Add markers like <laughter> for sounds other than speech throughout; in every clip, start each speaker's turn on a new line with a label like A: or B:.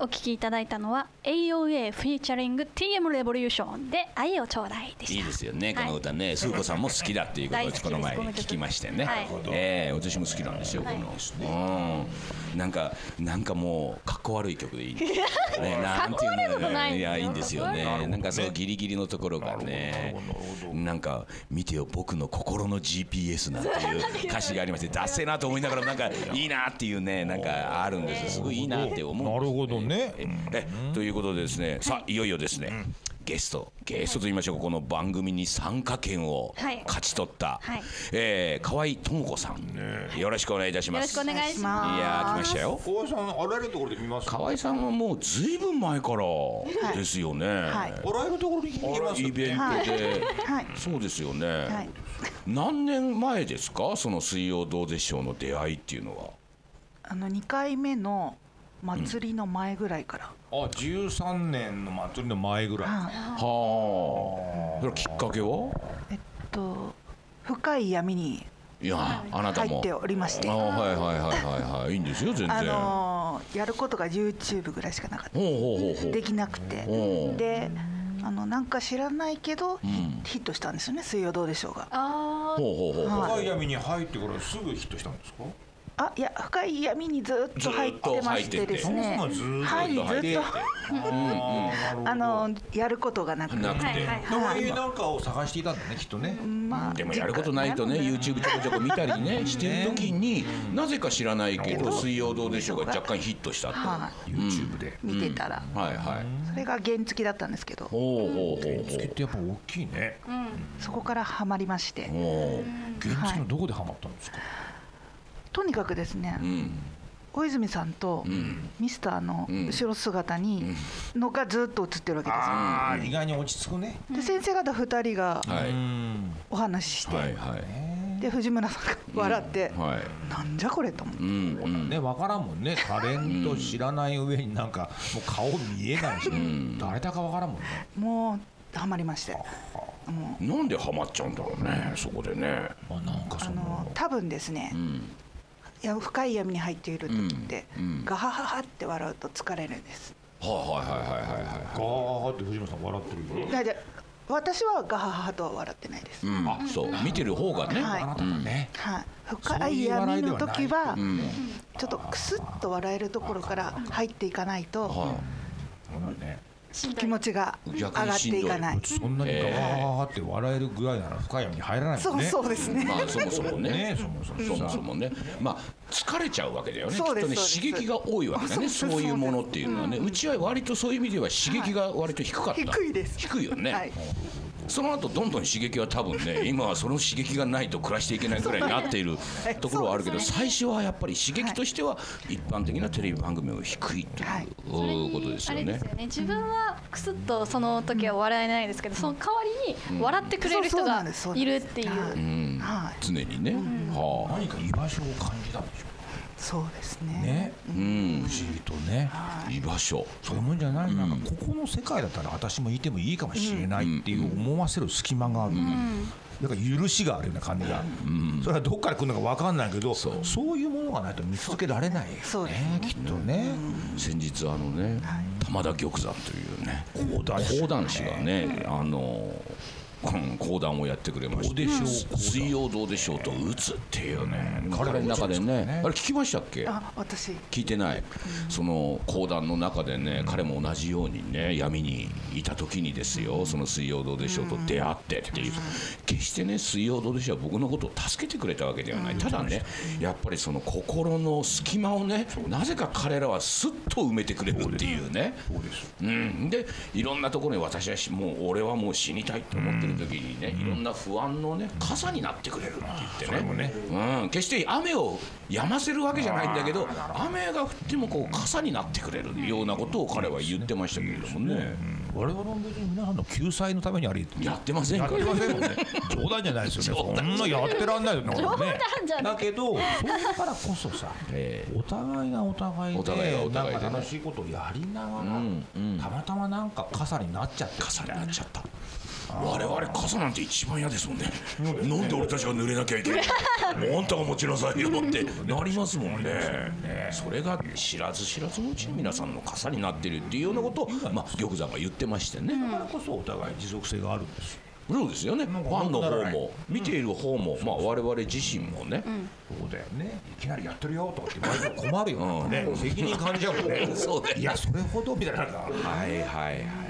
A: お聴きいただいたのは AOA フィーチャリング TM レボリューションで「愛をちょうだい」でした
B: いいですよ
A: は
B: ね、
A: い
B: この歌ね、スー子さんも好きだっていうこと
A: 大
B: を
A: 好きです
B: この前聞きましてね。
A: はい
B: ええ私も好きなんですよ、
A: はい
B: この。うん、なんか、なんかもう、かっこ悪い
A: <laughs>
B: 曲でいいんですよ。ね、なんてい
A: か
B: う
A: っこ悪いことないんですよ
B: いや、いいんですよ
C: なるほど
B: ね。
C: ね
B: なんか、そのギリギリのところがね
C: なるほどなるほ。ど
B: なんか、見てよ、僕の心の G. P. S. なんていう歌詞があ
A: <laughs>
B: りまして、ダッセーなと思いながら、なんか、いいなっていうね、なんかあるんですよ。すごいいいなって思うんですよ
C: なるほどね
B: ええということでですね、さあいよいよですね、ゲストゲストと言いましょうかこの番組に参加権を
A: はい
B: 勝ち取った、
A: はい
B: えー、河合智子さん、よろしくお願いいたし
A: よ
B: ま
A: ろし
B: す
A: くお願いします
B: いやー来ましたよ
C: 小林さんあらゆるところで見ます
B: 河合さんはもうずいぶん前から
D: い
B: ですよね、
D: はい
C: あらゆるところで見
B: あら
C: ます
B: イベントで、
D: はい
B: そうですよね、
D: はい
B: 何年前ですかその「水曜どうでしょう」の出会いっていうのは
D: あの2回目の祭りの前ぐらいから、
C: あ13年の祭りの前ぐらい
D: はい
B: はあそれきっかけは
D: えっと深い闇に
B: いやあなた
D: 入
B: も
D: っておりまして
B: あ
D: あ
B: はいはいはいはいはいいいんですよ全然、
D: のーやることが YouTube ぐらいしかなかった
B: ほうほうほうほう
D: できなくて
B: おう
D: であのなんか知らないけど、ヒ
B: ん
D: ヒットしたんですよね「水曜どうでしょうが」
A: あ
B: ほうほうほうほう
D: はい
C: 深い闇に入ってからすぐヒットしたんですか
D: あいや深い闇にずっと入ってましてですね
C: ずっと
D: は
C: 入
D: い
C: ってて
D: ずっ
C: あ
D: と
C: ーな
D: あ
C: る
D: のやることがなくて
B: なくて、
A: はいはい
C: ほどそういうなんかを探していたんだねきっとね
D: まあ
B: でもやることないとね
D: 時間
B: YouTube ちょこちょこ見たりねしてる時になぜか知らないけ
D: け
B: ど「
D: ど
B: 水曜どうでしょう」が若干ヒットしたと、
D: は
B: うん
C: YouTube で
D: 見てたら、
B: はいはい
D: それが原付だったんですけど
B: ほうほうほう
C: 原付ってやっぱ大きいね
A: あうん
D: そこからハマりまして
B: ほうほう
C: 原付のどこでハマったんですか
D: とにかくですね
B: うん
D: 小泉さんと
B: うん
D: ミスターの
B: うん
D: 後ろ姿にのがずっと映ってるわけですよ
C: ああ意外に落ち着くね
D: で先生方2人が
B: はい
C: うん
D: お話しして、
B: はいはい
D: で藤村さんが笑って、
B: はい
D: なんじゃこれと思って
B: うんうん
C: ね分からんもんねタレント知らない上になんかもう顔見えないし
B: ん
C: 誰だか分からんもんね
D: もうハマりましても
B: なんでハマっちゃうんだろうねそこでね
C: あなんか
D: うあ
C: そ
D: の
C: の
D: 多分ですね
B: う、ん
D: いや深い闇に入っている時って、
B: うんうん
D: ガハハハって笑うと疲れるんです
B: はいはいはいはいはいはい
C: ガーって藤村さん笑ってるよ
D: だって私はガハハハとは笑ってないです、
B: うん、そう見てる方がね、
D: はい
C: あなたがね
D: はい、深い闇の時は
B: うん
D: ちょっとクスッと笑えるところから入っていかない
B: は
D: と
C: そうだよね
A: しんどい
D: 気持ちが上がっていかない
C: そんなにガーって笑えるぐらいなら深い闇に入らないも
D: そ
C: ん
D: う
C: ね
D: そうですね
B: い、まあそもそもね
C: ねそもそ
B: そ
C: も
B: も
C: さ
B: そもね、まあ疲れちゃうわけだよね。きっ
D: そ
B: と
D: う
B: ね
D: です
B: 刺
D: そうです
B: 激が多いわけだね。
D: そ
B: そうう
D: です
B: いうものっていうのはね、うちは割とそういう意味では刺激が割と低かった。
D: 低いです
B: 低いよね。
D: はい
B: その後どんどん刺激は多分ね、今はその刺激がないと暮らしていけないくらいになっているところはあるけど、最初はやっぱり刺激としては一般的なテレビ番組より低いと
D: はい
A: それ
B: いう
A: に
B: ことですよ
A: あれで
B: ね
A: す。よね自分はクスッとその時は笑えないですけど、その代わりに笑ってくれる人
D: そうそうな
A: が
D: んですそうなん
A: いる
D: で
A: っ
D: す
A: ていう。
D: は
B: うん、
D: はい
B: 常にね。はあ。
C: 何か居場所を感じたんでしょ
D: そうですね
C: うね
B: うん
C: 不。思議とね
B: 居場所。
C: そういうもんじゃないなんかここの世界だったら私もいてもいいかもしれないっていう思わせる隙間があるだから許しがあるような感じがそれはどっから来るのか分かんないけどそういうものがないと見続けられないよ
D: そうです
C: ねきっとね
B: 先日あのね、玉田玉山というね
C: 講談師
B: 講談師がね、あのうん講談をやってくれました「水曜どうでしょう」と「打つ」っていうね
C: 彼
B: 彼の中でね
C: 打つんですかね
B: あれ聞きましたっけ
D: あ私
B: 聞いてないその講談の中でね彼も同じようにね闇にいた時にですよその「水曜どうでしょう」と出会ってっていう決してね「水曜どうでしょう」は僕のことを助けてくれたわけではないただねやっぱりその心の隙間をねなぜか彼らはすっと埋めてくれるっていうね
C: そうです
B: うん、でいろんなところに私はしもう俺はもう死にたいと思ってる時にね、いろんな不安のね傘になってくれるって言ってねうん、決して雨をやませるわけじゃないんだけど雨が降ってもこう傘になってくれるようなことを彼は言ってましたけれどもね、
C: 我々も別に皆さんの救済のためにあり
B: やってません
C: や
B: か
C: ってませんもん <laughs> ね冗談じゃないですよねそんなやってらんないよねこれね
A: 冗談じゃない
C: だけどそれからこそ <laughs> さ
B: え
C: お互いがお互い
B: お互いが
C: で
B: お
C: なん
B: 互いでね
C: か楽しいことをやりながら
B: んうん
C: たまたまなんか傘になっちゃって
B: 傘になっちゃった
C: あ
B: 我々傘なんて一番嫌ですもんねなんで俺たちが濡れなきゃいけないあんたが持ちなさいよってなりますもんねそれが知らず知らずのうちに皆さんの傘になってるっていうようなことを、まあ、玉山が言ってましてね、
C: だからこそお互い持続性があるんですよ
B: そうですよねフ
C: なんか
B: ァンの
C: な
B: 方
C: らない
B: も見ている方も、まあ、我々自身もね、
C: そうだよねいきなりやってるよとかって言われても困るよなんかね、責任感じちゃうもんね
B: そうだよね
C: いやそれほどみたいななんか
B: はいはいはい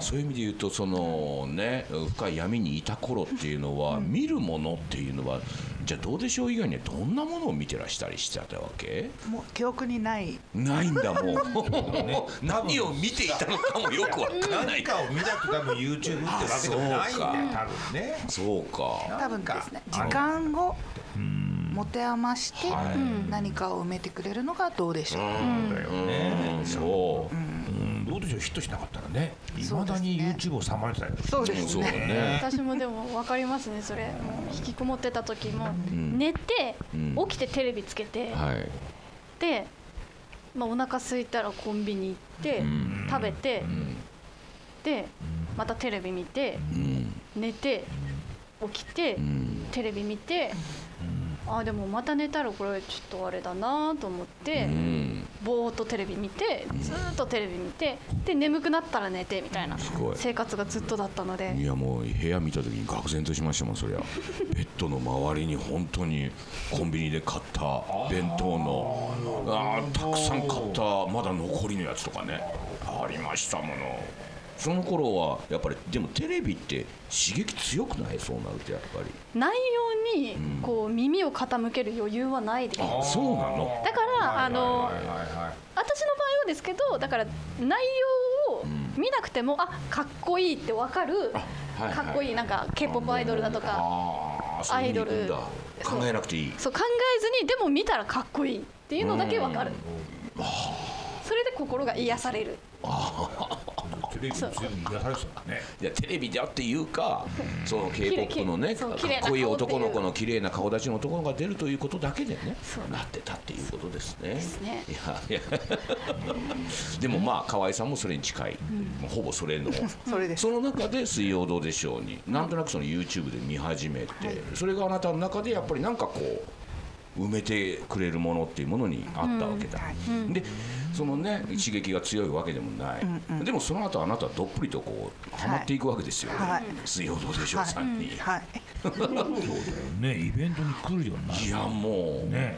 B: そういう意味で言うとそのね深い闇にいた頃っていうのは、見るものっていうのはじゃあどうでしょう以外にはどんなものを見てらしたりしてたわけ
D: もう記憶にない
B: ないんだもう何を見ていたのかもよくわかんない
C: 何かを見たく多分 YouTube ってわけでもないんだよ多分ね
B: そうか
D: 多分ですね時間を持て余して
B: はい
D: 何かを埋めてくれるのがどうでしょう、
C: だよ
B: うんそう
C: どうでしょうヒットしなかったらねい
D: そ
C: ま
D: うで
C: だ
D: すね
C: に YouTube をさまよってたよ
D: そう
B: う
D: で
B: ん
D: す
B: そうだ
D: ね
B: ね
A: 私もでも分かりますねそれもう引きこもってた時も、寝て
B: うん
A: 起きてテレビつけて、
B: はい
A: で、まあ、お腹空いたらコンビニ行って、
B: ん
A: 食べて、
B: うん
A: でまたテレビ見て
B: うん
A: 寝て起きて、
B: うん
A: テレビ見て、あでもまた寝たらこれちょっとあれだなと思って、
B: うん
A: ぼーっとテレビ見てずーっとテレビ見てで眠くなったら寝てみたいな
B: ごい
A: 生活がずっとだったので
B: いやもう部屋見た時に愕然としましたもんそりゃベッドの周りに本当にコンビニで買った弁当のあーたくさん買ったまだ残りのやつとかねありましたものその頃はやっぱりでもテレビって刺激強くないそうなるとやっぱり
A: 内容にこう耳を傾ける余裕はないですだか
B: あそうなの
A: らあの
C: はいはいはい
A: 私の場合はですけどだから内容を見なくてもあかっこいいってわかる
B: あはいはい
A: かっこいいなんか k p o p アイドルだとか
B: あーそういうふうに言うんだ
A: アイドル
B: 考えなくていい
A: そう考えずにでも見たらかっこいいっていうのだけわかるそれで心が癒される
C: テレビに全部癒されてたんだね
B: いやテレビだってい
A: <laughs>
B: うか、その
A: 麗
B: K-POP の
A: き
B: ね、
A: れいそう
B: かっ
A: 綺麗な
B: こいい
A: 顔っていう
B: 男の子の綺麗な顔立ちの男の子が出るということだけでね
A: そう、
B: なってたっていうことですね。
A: すね
B: いやい <laughs> やでもまあ河合さんもそれに近い、もうほぼそれの。
D: それです
B: その中で「水曜どうでしょうに」なんとなくその YouTube で見始めて、それがあなたの中でやっぱりなんかこう埋めてくれるものっていうものにあったわけだ、でそのね刺激が強いわけでもない、でもその後あなたはどっぷりとこうハマっていくわけですよね、
D: はい
B: 水曜どうでしょうさんに、
D: はい
C: ねイベントに来るようになる
B: いやもう、
C: ね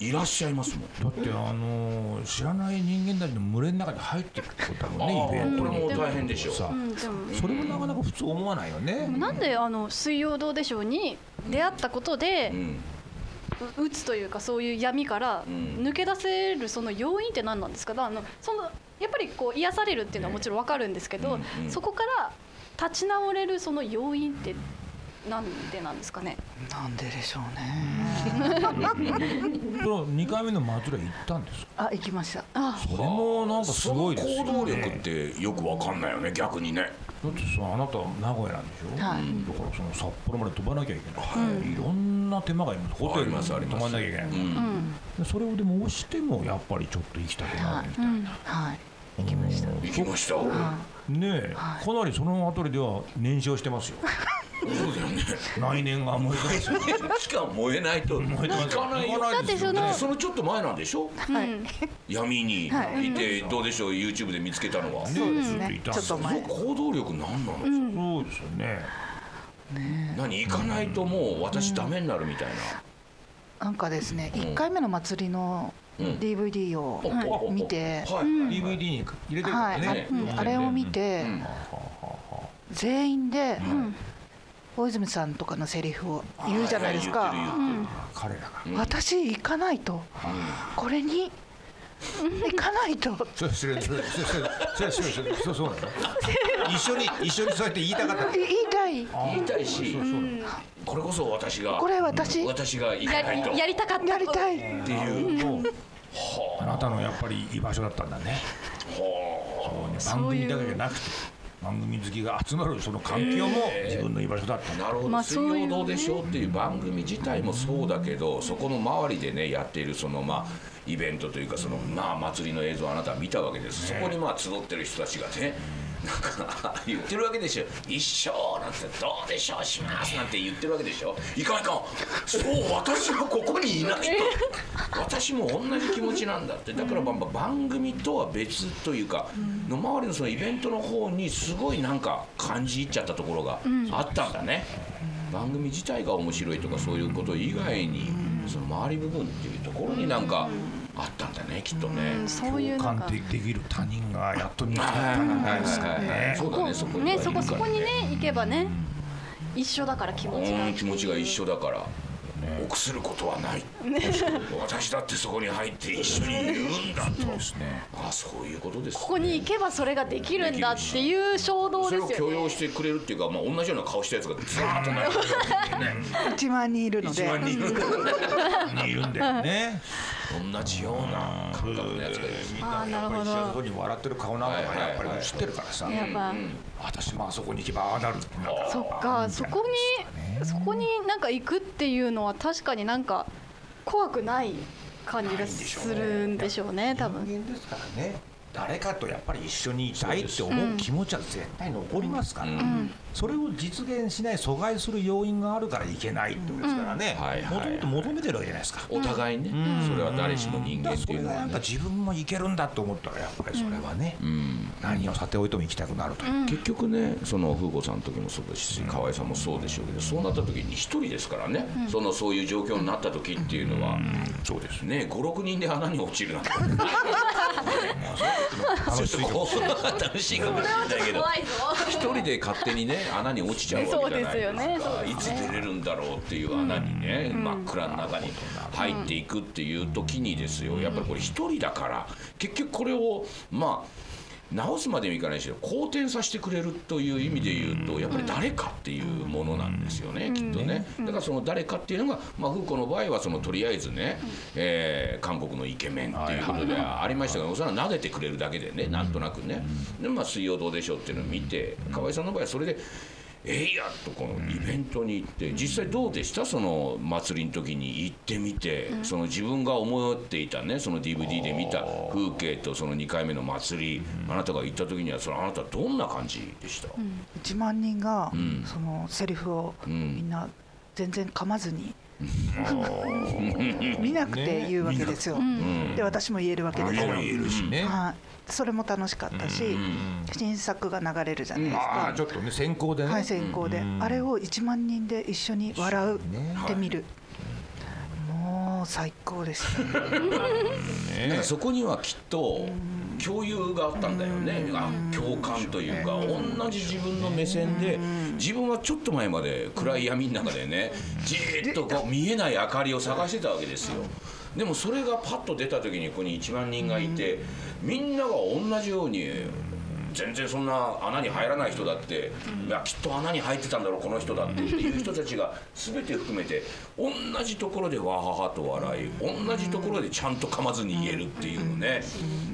B: いらっしゃいますもん
C: だってあのー知らない人間たちの群れの中に入ってくってことだもん
B: あ
C: ね
B: あ
C: イベントに
B: これも大変でしょう
C: さ
A: うんでも
C: それもなかなか普通思わないよね
A: なんであの「水曜どうでしょう」に出会ったことで
B: うん
A: う打つというかそういう闇から
B: ん
A: 抜け出せるその要因って何なんですかあのそのやっぱりこう癒されるっていうのはもちろんわかるんですけど
B: うんうん
A: そこから立ち直れるその要因ってなんでなんですかね
D: なんででしょうね
C: その2回目の祭りは行ったんですか
D: あ行きました
A: あ
C: それもなんかすごいです
B: そ
C: よ
B: の行動力ってよくわかんないよね逆にね
C: だってさあなた名古屋なんでしょ、
D: はい
C: だからその札幌まで飛ばなきゃいけない、い、ろんな手間がありますホテルに泊まんなきゃいけない、
B: うん
C: でそれをでも押してもやっぱりちょっと行きたくなるみたいな、
D: はい行きました
B: 行きました
C: ねえ、かなりその辺りでは燃焼して
D: <laughs>
C: ますよ
B: そうだよ <laughs> ね
C: 来年が燃えてますよ
B: しかも燃えないと
C: 燃えてます
B: 行かないよ
C: 燃えないですよ
A: だって
B: そのちょっと前なんでしょ
D: はい
B: 闇にいてどうでしょう YouTube で見つけたのは
C: ね
B: そ
D: そうです
C: ずっ
D: ね
C: といたん
D: ち
C: で
D: ょっ
C: すよ
D: と前
B: の行動力何なの
C: そうですよね
B: 何行かないともう私ダメになるみたい
D: なんかですね
B: ん
D: 1回目の祭りの
B: うん
D: DVD を
B: なほっほっほっほ
D: 見て
B: はい
C: DVD に入れてるか
D: は
C: ら
D: い
C: ね、
D: あ
B: ね
D: あれを見て
B: うん
D: 全員で
A: うん
D: 大泉さんとかのセリフを言うじゃないです
B: は
D: か
A: う
B: は
A: ん
C: 彼らが
B: うん
D: 私行かないとこれに行かないと
C: そうそれそれそれそれそれそれそうそうなの一緒に一緒にそうやって言いたかった
D: 言いたい
B: 言いたいし
C: そうそうな
B: これこそ私が
D: これ私
B: 私が行か
A: や
B: ないとっ
A: りやりたかった
D: やりたい
B: ていう
C: のあなたのやっぱり居場所だったんだねそうね番組だけじゃなくて番組好きが集まるその環境も自分の居場所だったんだ
B: なる
A: ま
B: ほど「
A: あ
B: 水
A: そうい
B: 曜
A: うね
B: どうでしょう」っていう番組自体もそうだけどそこの周りでねやっているそのまあイベントというかそのまあ祭りの映像をあなたは見たわけですそこにまあ集ってる人たちがね言ってるわけでしょ一生なんてどうでしょうしますなんて言ってるわけでしょいかんいかんそう私はここにいないと私も同じ気持ちなんだってだからばんば番組とは別というか、の周りのそのイベントの方にすごいなんか感じ入っちゃったところがあったんだね、番組自体が面白いとかそういうこと以外に、その周り部分っていうところになんかあったんだねきっとね。
A: うんそういうの
C: 感
A: が
C: でできる他人がやっと見つかっ
B: はい
C: たんじゃないですか
B: はいはいはい
C: ね
B: そうだねそこに
A: ね
B: はいる
A: そこそ
B: から
A: こにね行けばね一緒だから気持ち
B: う
A: が
B: ん気持ちが一緒だから臆することはない私だってそこに入って
A: <laughs>
B: 一緒にいるんだと
C: ですね
B: あそういうことですね
A: ここに行けばそれができるんだっていう衝動
B: そ
A: で
B: れを
A: すよ
B: 許容
A: ね
B: してくれるっていうかまあ同じような顔し
A: <laughs>
B: たやつがずらーっと並んでるね
D: 1万人いるの
B: 一
D: で
B: 万人いる
C: いるんだよね
B: 同じような感覚のやつがいる
C: みん
A: あ
C: な
A: ーなる
C: やっぱ
A: ほど
C: り一緒のとこに笑ってる顔なんかがやっぱり映ってるからさ
A: やっぱ
C: 私もあそこに行けばああなるなんか
A: そっかそこにそこになんか行くっていうのは確かになんか怖くない感じがするんでしょうね多分
C: 人間ですからね誰かとやっぱり一緒にいたいって思う気持ちは絶対残りますから、
A: ん
C: それを実現しない阻害する要因があるからいけないってことですからね
B: うんはいはい
C: もともと求めてるわけじゃないですか。
B: お互いねそれは誰しも人間
C: だから
B: って
C: そ
B: い
C: れ
B: うの
C: が
B: は
C: なんか
B: ね
C: 自分もいけるんだと思ったらやっぱりそれはね、
B: うん
C: 何をさておいても行きたくなるという、
B: 結局ねその風子さんの時もそうですし河合さんもそうでしょうけどそうなった時に一人ですからね、そのそういう状況になった時っていうのは、そうですね56人で穴に落ちるなんて <laughs>
C: 楽し
B: ち
C: い
B: ょっと
C: こ
B: こう楽しいかもしれないけど
A: 怖いぞ
B: 一人で勝手にね穴に落ちちゃうわけじゃないですか
A: そう
B: いつ出れるんだろうっていう穴にね、真っ暗の中に入っていくっていう時にですよやっぱりこれ一人だから結局これをまあ直すまでもいかないし好転させてくれるという意味で言うとやっぱり誰かっていうものなんですよね、きっとねだからその誰かっていうのが、まあ、風子の場合はそのとりあえずね、えー韓国のイケメンっていうことではありましたが、それは撫でてくれるだけでねなんとなくね、でまあ「水曜どうでしょう」っていうのを見て河合さんの場合はそれで「えいや!」とこのイベントに行って実際どうでしたその祭りの時に行ってみてその自分が思っていたねその DVD で見た風景とその2回目の祭りあなたが行った時にはそのあなたどんな感じでした、
D: 1万人が
B: ん
D: そのセリフを
B: ん
D: みんな全然噛まずに <laughs> 見なくて言うわけですよ、で私も言えるわけですよ、
C: 言えるしね、
D: はい、それも楽しかったし、新作が流れるじゃないです
C: ああ
D: か、
C: ちょっとね先行でね、
D: はい先行で、あれを1万人で一緒に笑うってみる、もう最高でしたね
B: だからそこにはきっと共有があったんだよね、あ共感というか、同じ自分の目線で、自分はちょっと前まで暗い闇の中でね、じーっとこう見えない明かりを探してたわけですよ。でもそれがパッと出た時にここに1万人がいて、みんなが同じように全然そんな穴に入らない人だって、いやきっと穴に入ってたんだろうこの人だってっていう人たちが全て含めて同じところでわははと笑い同じところでちゃんと噛まずに言えるっていうのね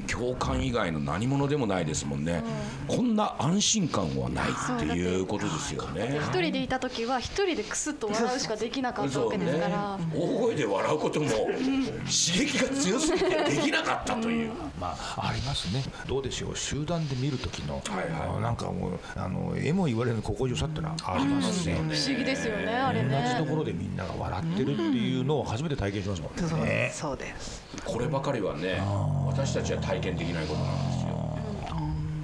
B: 共感以外の何者でもないですもんねこんな安心感はないっていうことですよね。
A: 一人でいた時は一人でクスッと笑うしかできなかったわけですから
B: そうね、大声で笑うことも刺激が強すぎてできなかったという。
C: まあ、ありますね、どうでしょう、集団で見る時の、
B: はいはい
C: あのなんかもう、あの絵も言われる心地よさってのはありますね。
A: 不思議ですよねあれ
C: 同じと
A: ね
C: ころでみんなが笑ってるっていうのを初めて体験しますもんね。
D: そう
C: ね
D: そうです
B: こればかりはね私たちは体験できないことなんですよ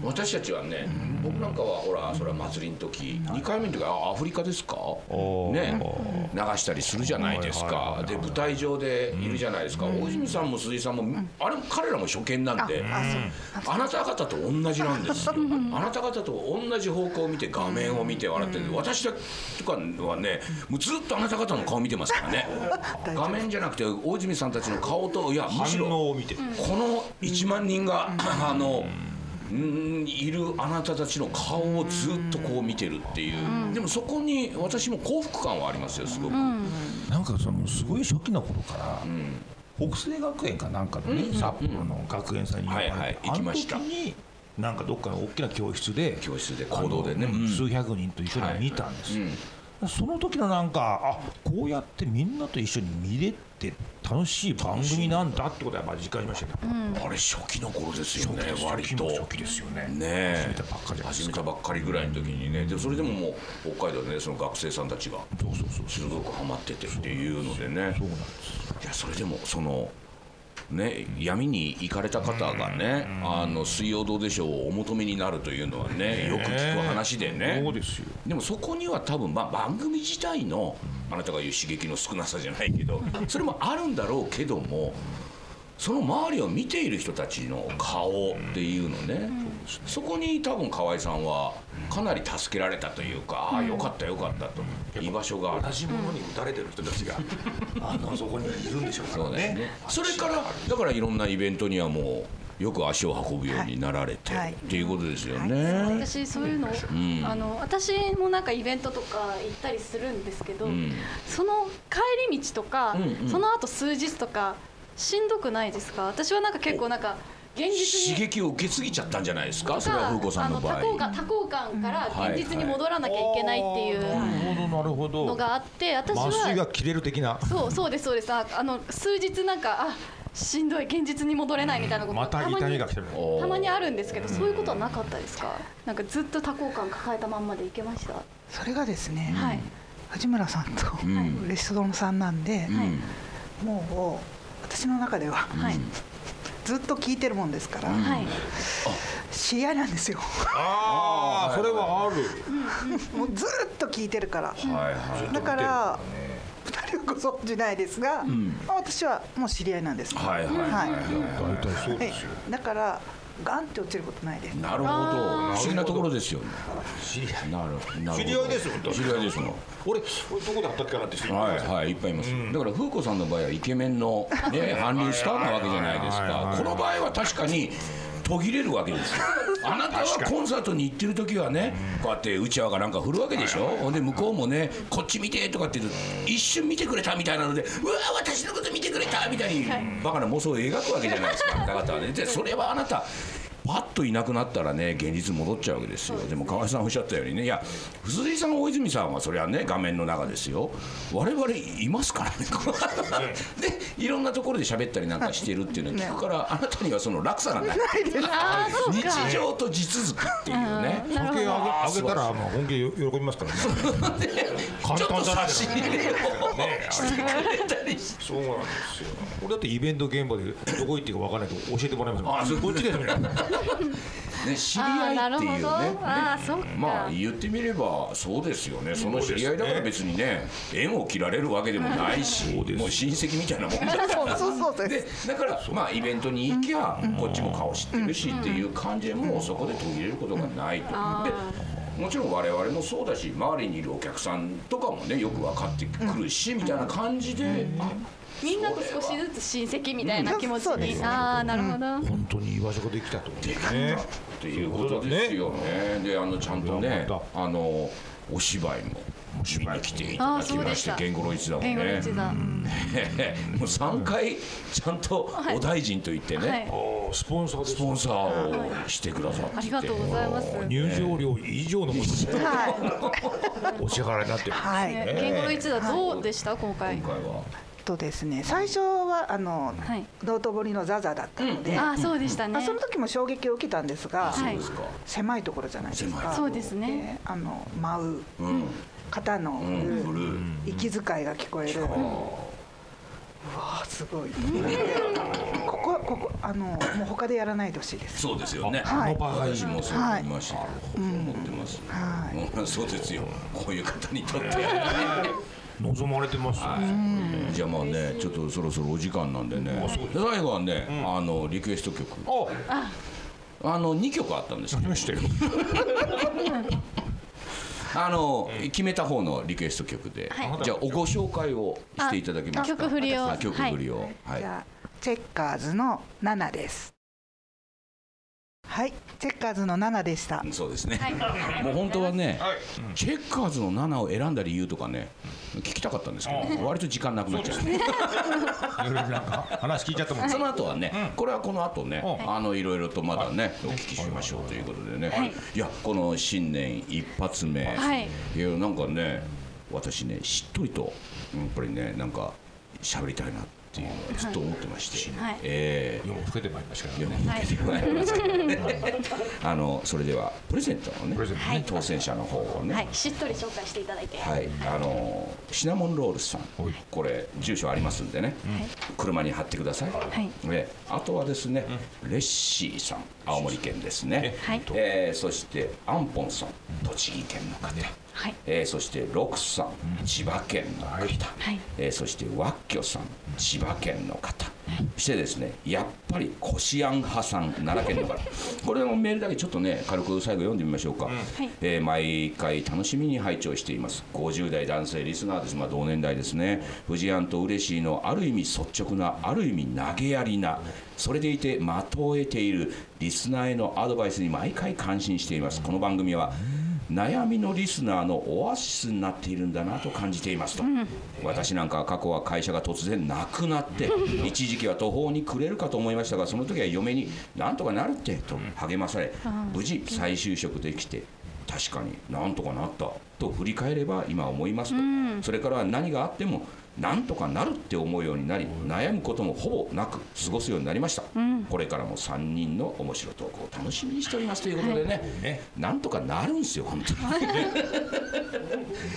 B: 私たちはね僕なんかはほらそれは祭りの時2回目の時はアフリカですか
C: おー
B: ね流したりするじゃないです
C: は
B: か
C: いはいはいはい
B: で舞台上でいるじゃないですか大泉さんも鈴井さんもあれも彼らも初見なんで
D: あそう
B: あなた方と同じなんですよあなた方と同じ方向を見て画面を見て笑ってるんで私とかはねもうずっとあなた方の顔見てますからね
D: 大丈夫
B: 画面じゃなくて大泉さんたちの顔といやむしろ
C: 反応を見てる。
B: この1万人が、あの、うんいるあなたたちの顔をずっとこう見てるっていう、でもそこに私も幸福感はありますよすごく、
C: なんかそのすごい初期の頃から、北星学園かなんかのね、札幌の学園祭に呼ばれて、
B: はいはい行きました
C: あの時になんかどっかの大きな教室で
B: 教室で行動でね
C: あの
B: うん
C: 数百人と一緒に見たんですよ、その時のなんかあこうやってみんなと一緒に見れって楽しい番組なんだってことはやっぱ実感しましたけど、
B: あれ初期の頃ですよね割
C: 初期
B: と
C: も初期ですよね
B: ねえ
C: 始めたばっかりじゃないで
B: 始
C: す
B: め
C: か
B: たばっかりぐらいの時にねでそれでももう北海道でねその学生さんたちが
C: そうそうそう
B: 鋭くハマっててっていうのでね
C: そうなんです
B: いやそれでもそのね闇に行かれた方がね「あの水曜どうでしょう」をお求めになるというのはねよく聞く話でね
C: そうですよ
B: でもそこには多分、まあ、番組自体のあなたが言う刺激の少なさじゃない
E: <laughs>
B: けどそれもあるんだろうけどもその周りを見ている人たちの顔っていうのねそこに多分河合さんはかなり助けられたというかああよかったよかったと居場所がある
E: 同じものに打たれてる人たちが、あの <laughs> そこにいるんでしょうか
B: そう
E: ら
B: だよ
E: ね
B: ねそれからだからいろんなイベントにはもうよく足を運ぶようになられて、
D: はい
B: っていうことですよね、
A: 私そういうの、
B: ん
A: あの私もなんかイベントとか行ったりするんですけど、
B: うん
A: その帰り道とか、
B: うんうん
A: その後数日とかしんどくないですか私はなんか結構なんか現実
B: 刺
A: に
B: 激を受け継ぎちゃったんじゃないですかそれ
A: あ
B: は風子さんの場合
A: 多幸感多幸感から現実に戻らなきゃいけないっていう
C: なるほどなるほど
A: のがあって私
C: 麻酔が
A: は
C: 切れる的な
A: そうそうですそうですああの数日なんかあしんどい現実に戻れないみたいなこと
C: また
A: ま
C: 痛み
A: に
C: が来てる
B: おー
A: たまにあるんですけどそういうことはなかったですかなんかずっと多幸感抱えたまんまでいけました
D: それがですね、
A: はい
D: 藤村さんと
B: ん
D: 嬉しそうさんなんで
B: う、ん
D: もう私の中では、
A: はい
D: ずっと聞いてるもんですから、
A: はい
D: 知り合いなんですよ
C: ああそれはある
D: もうずっと聞いてるから、
B: はいは
D: だから2人はご存じないですが、まあ私はもう知り合いなんです、
B: はいはいはいはい
C: 大体そう
D: は
C: で
D: い
C: すよ、
D: だからガンって落ちることないです
B: いなるほど不思議なところですよね
C: 知り合い
B: なるなるほど
C: 知り合いですよ本当に
B: 知り合いですもん
C: 俺俺どこで働きかなって人いる
B: はいはいいっぱいいます、だから風子さんの場合はイケメンのね韓流スターなわけじゃないです
C: はいはいはい
B: か
C: はい
B: この場合は確かに途切れるわけ
C: <laughs>
B: ですよあなたはコンサートに行ってる時はねこうやってうちわがなんか振るわけでしょほんで向こうもねこっち見てとかって言うと一瞬見てくれたみたいなのでうわ私のこと見てくれたみたいにバカな妄想を描くわけじゃないですかあなた方はねでそれはあなたパッといなくなったらね現実戻っちゃうわけですよでも河合さんおっしゃったようにねいや鈴井さん大泉さんはそれはね画面の中ですよ我々いますからねこの <laughs> ねいろんなところで喋ったりなんかしてるっていうのを聞くから、あなたにはその落差がない
A: ああ <laughs> そうか
B: 日常と地続きっていうね
A: なるほ
C: 本気
A: ど
C: あげあげたらまあ本気で喜びますからね簡単
B: ちょっと
C: じゃない
B: 差
C: で
B: し
C: すか
B: 入れをしてくれたりして。
C: そうなんですよ俺だってイベント現場でどこ行っていいか分からないけど教えてもらいますもん
B: あそう
C: こっちですね
B: ね、知り
A: あ
B: 合
A: あ
B: い
A: なる
B: って
A: ほ
B: いうね
A: どああそっか
B: まあ言ってみればそうですよねその知り合いだから別にね縁を切られるわけでもないしもう親戚みたいなもんだ <laughs> から
D: そうそうそうそう
B: でだからまあイベントに行きゃこっちも顔知ってるしっていう感じでもうそこで途切れることがないと。でもちろん我々もそうだし周りにいるお客さんとかもねよく分かってくるしみたいな感じで、あ
A: みんなと少しずつ親戚みたいな気持ち
D: そうで
A: に
D: す
A: ああなるほど
C: 本当に居場所ができたと
B: できたっていうことですよね。で、あのちゃんとね
C: そうだ、
B: あのお芝居も。お芝居来ていただきまして
A: あそうでした、
B: ゲンゴロイチだもん
A: 言語の
B: ね。
A: 一段
B: もう三回ちゃんとお大臣と言って
A: は
B: ね、
A: い
C: ああスポンサーで
B: ス
C: す
B: ポンサーをしてくださってて。
A: ありがとうございます
C: 入場料以上のもの
D: は
C: お支払いになってる
D: い、はい
A: ね言語の一段どうでした今回
B: 今回は。
D: とですね最初はあの、
A: はい
D: 道頓堀のザザだったので、
A: ああそうでしたね
D: あその時も衝撃を受けたんです
A: はい
D: が、
B: そうですか。
D: 狭いところじゃないです
B: 狭
D: か
B: い
A: そうですね
D: であの舞う
B: うん、
D: 方の、
B: うん、ブルー。
D: 息遣いが聞こえる、うわあすごいここここあのもう他でやらないでほしいです
B: そうですよね。
D: はい
B: 私もそう思いました。思ってます。
D: はい
B: うんそうですよ。こういう方に
A: <laughs>
B: とってはね。
C: 望まれてますよね
B: じゃあまあねちょっとそろそろお時間なんでね最後はね、あのリクエスト曲
C: あ
B: あの2曲あったんですけど
C: ましたよ
B: <laughs> あの、決めた方のリクエスト曲で、
A: は
B: じゃあご紹介をしていただけます
A: あ
B: か
A: 曲振りを
B: あ曲振りをはい、
D: じゃあチェッカーズのナナですはいチェッカーズのナナでした
B: そうですね、 <laughs> もう本当はね、チェッカーズの7を選んだ理由とかね聞きたかったんですけど、割と時間なくなっちゃう
C: いろいろなんか話聞いちゃったもん
B: その後はね、これはこの後ね、
C: う
B: あのいろいろとまだね、お聞きしましょうということでね、い、やこの新年一発目、
A: はい
B: いやなんかね私ねしっとりとうんやっぱりねなんか喋りたいなっていうのはずっと思ってまして、
A: はい
B: ええ
C: 夜も更けてまいりましたから
B: 世
C: ね
B: に向けてまいりますけどね、あのそれではプレゼントのね
C: プレゼントね
A: はい
B: 当選者の方をね、
A: はい、しっとり紹介していただいて。
B: はい、あのシナモンロールさん
C: はい、
B: これ住所ありますんでね、車に貼ってください。
A: い
B: えあとはですね、レッシーさん、青森県ですね。
A: はい
B: えーそしてアンポンさん、栃木県の方。
A: はい。
B: えーそしてロクさん、千葉県の方、
A: はい
B: えーそしてワッキョさん、千葉県の方、そしてですねやっぱりこしあん派さん、奈良県の方、これをメールだけちょっとね、軽く最後読んでみましょうか、えー毎回楽しみに拝聴しています、50代男性リスナーです、まあ、同年代ですね、藤庵と嬉しいのある意味率直な、ある意味投げやりな、それでいて的を得ているリスナーへのアドバイスに毎回感心しています。この番組は悩みのリスナーのオアシスになっているんだなと感じていますと、私なんかは過去は会社が突然なくなって一時期は途方に暮れるかと思いましたがその時は嫁に「なんとかなるって」と励まされ無事再就職できて確かになんとかなったと振り返れば今思いますと、それからは何があってもなんとかなるって思うようになり悩むこともほぼなく過ごすようになりました、これからも3人の面白投稿を楽しみにしておりますということでね、ねなんとかなるんですよ本
C: <laughs>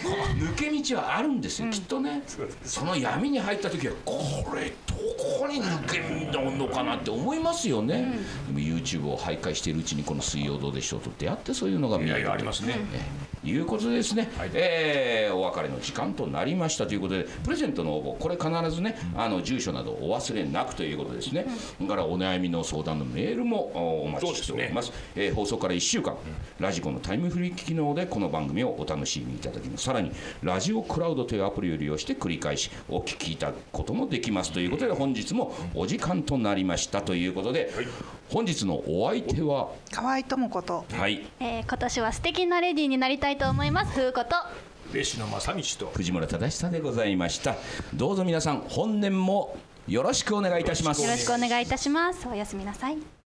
B: 当に抜け道はあるんですよ、きっとねその闇に入った時はこれどこに抜けるのかなって思いますよね、でも YouTube を徘徊しているうちにこの「水曜どうでしょう」と出会ってそういうのが見
C: い
B: え
C: やい
B: る
C: やありますね
B: ということでですね、えーお別れの時間となりましたということでプレゼントの応募これ必ずね、あの住所などお忘れなくということですね、それからお悩みの相談のメールもおお待ちしておりますえー放送から1週間、ラジコのタイムフリー機能でこの番組をお楽しみいただきますさらにラジオクラウドというアプリを利用して繰り返しお聞きいただくこともできますということで本日もお時間となりましたということで、本日のお相手は
D: 河合智子と
B: はい
A: えー今年は素敵なレディーになりたいと思います。ふうこと。
C: 嬉野正道と
B: 藤村忠久でございましたどうぞ皆さん本年もよろしくお願いいたします
A: よろしくお願いいたします。おやすみなさい。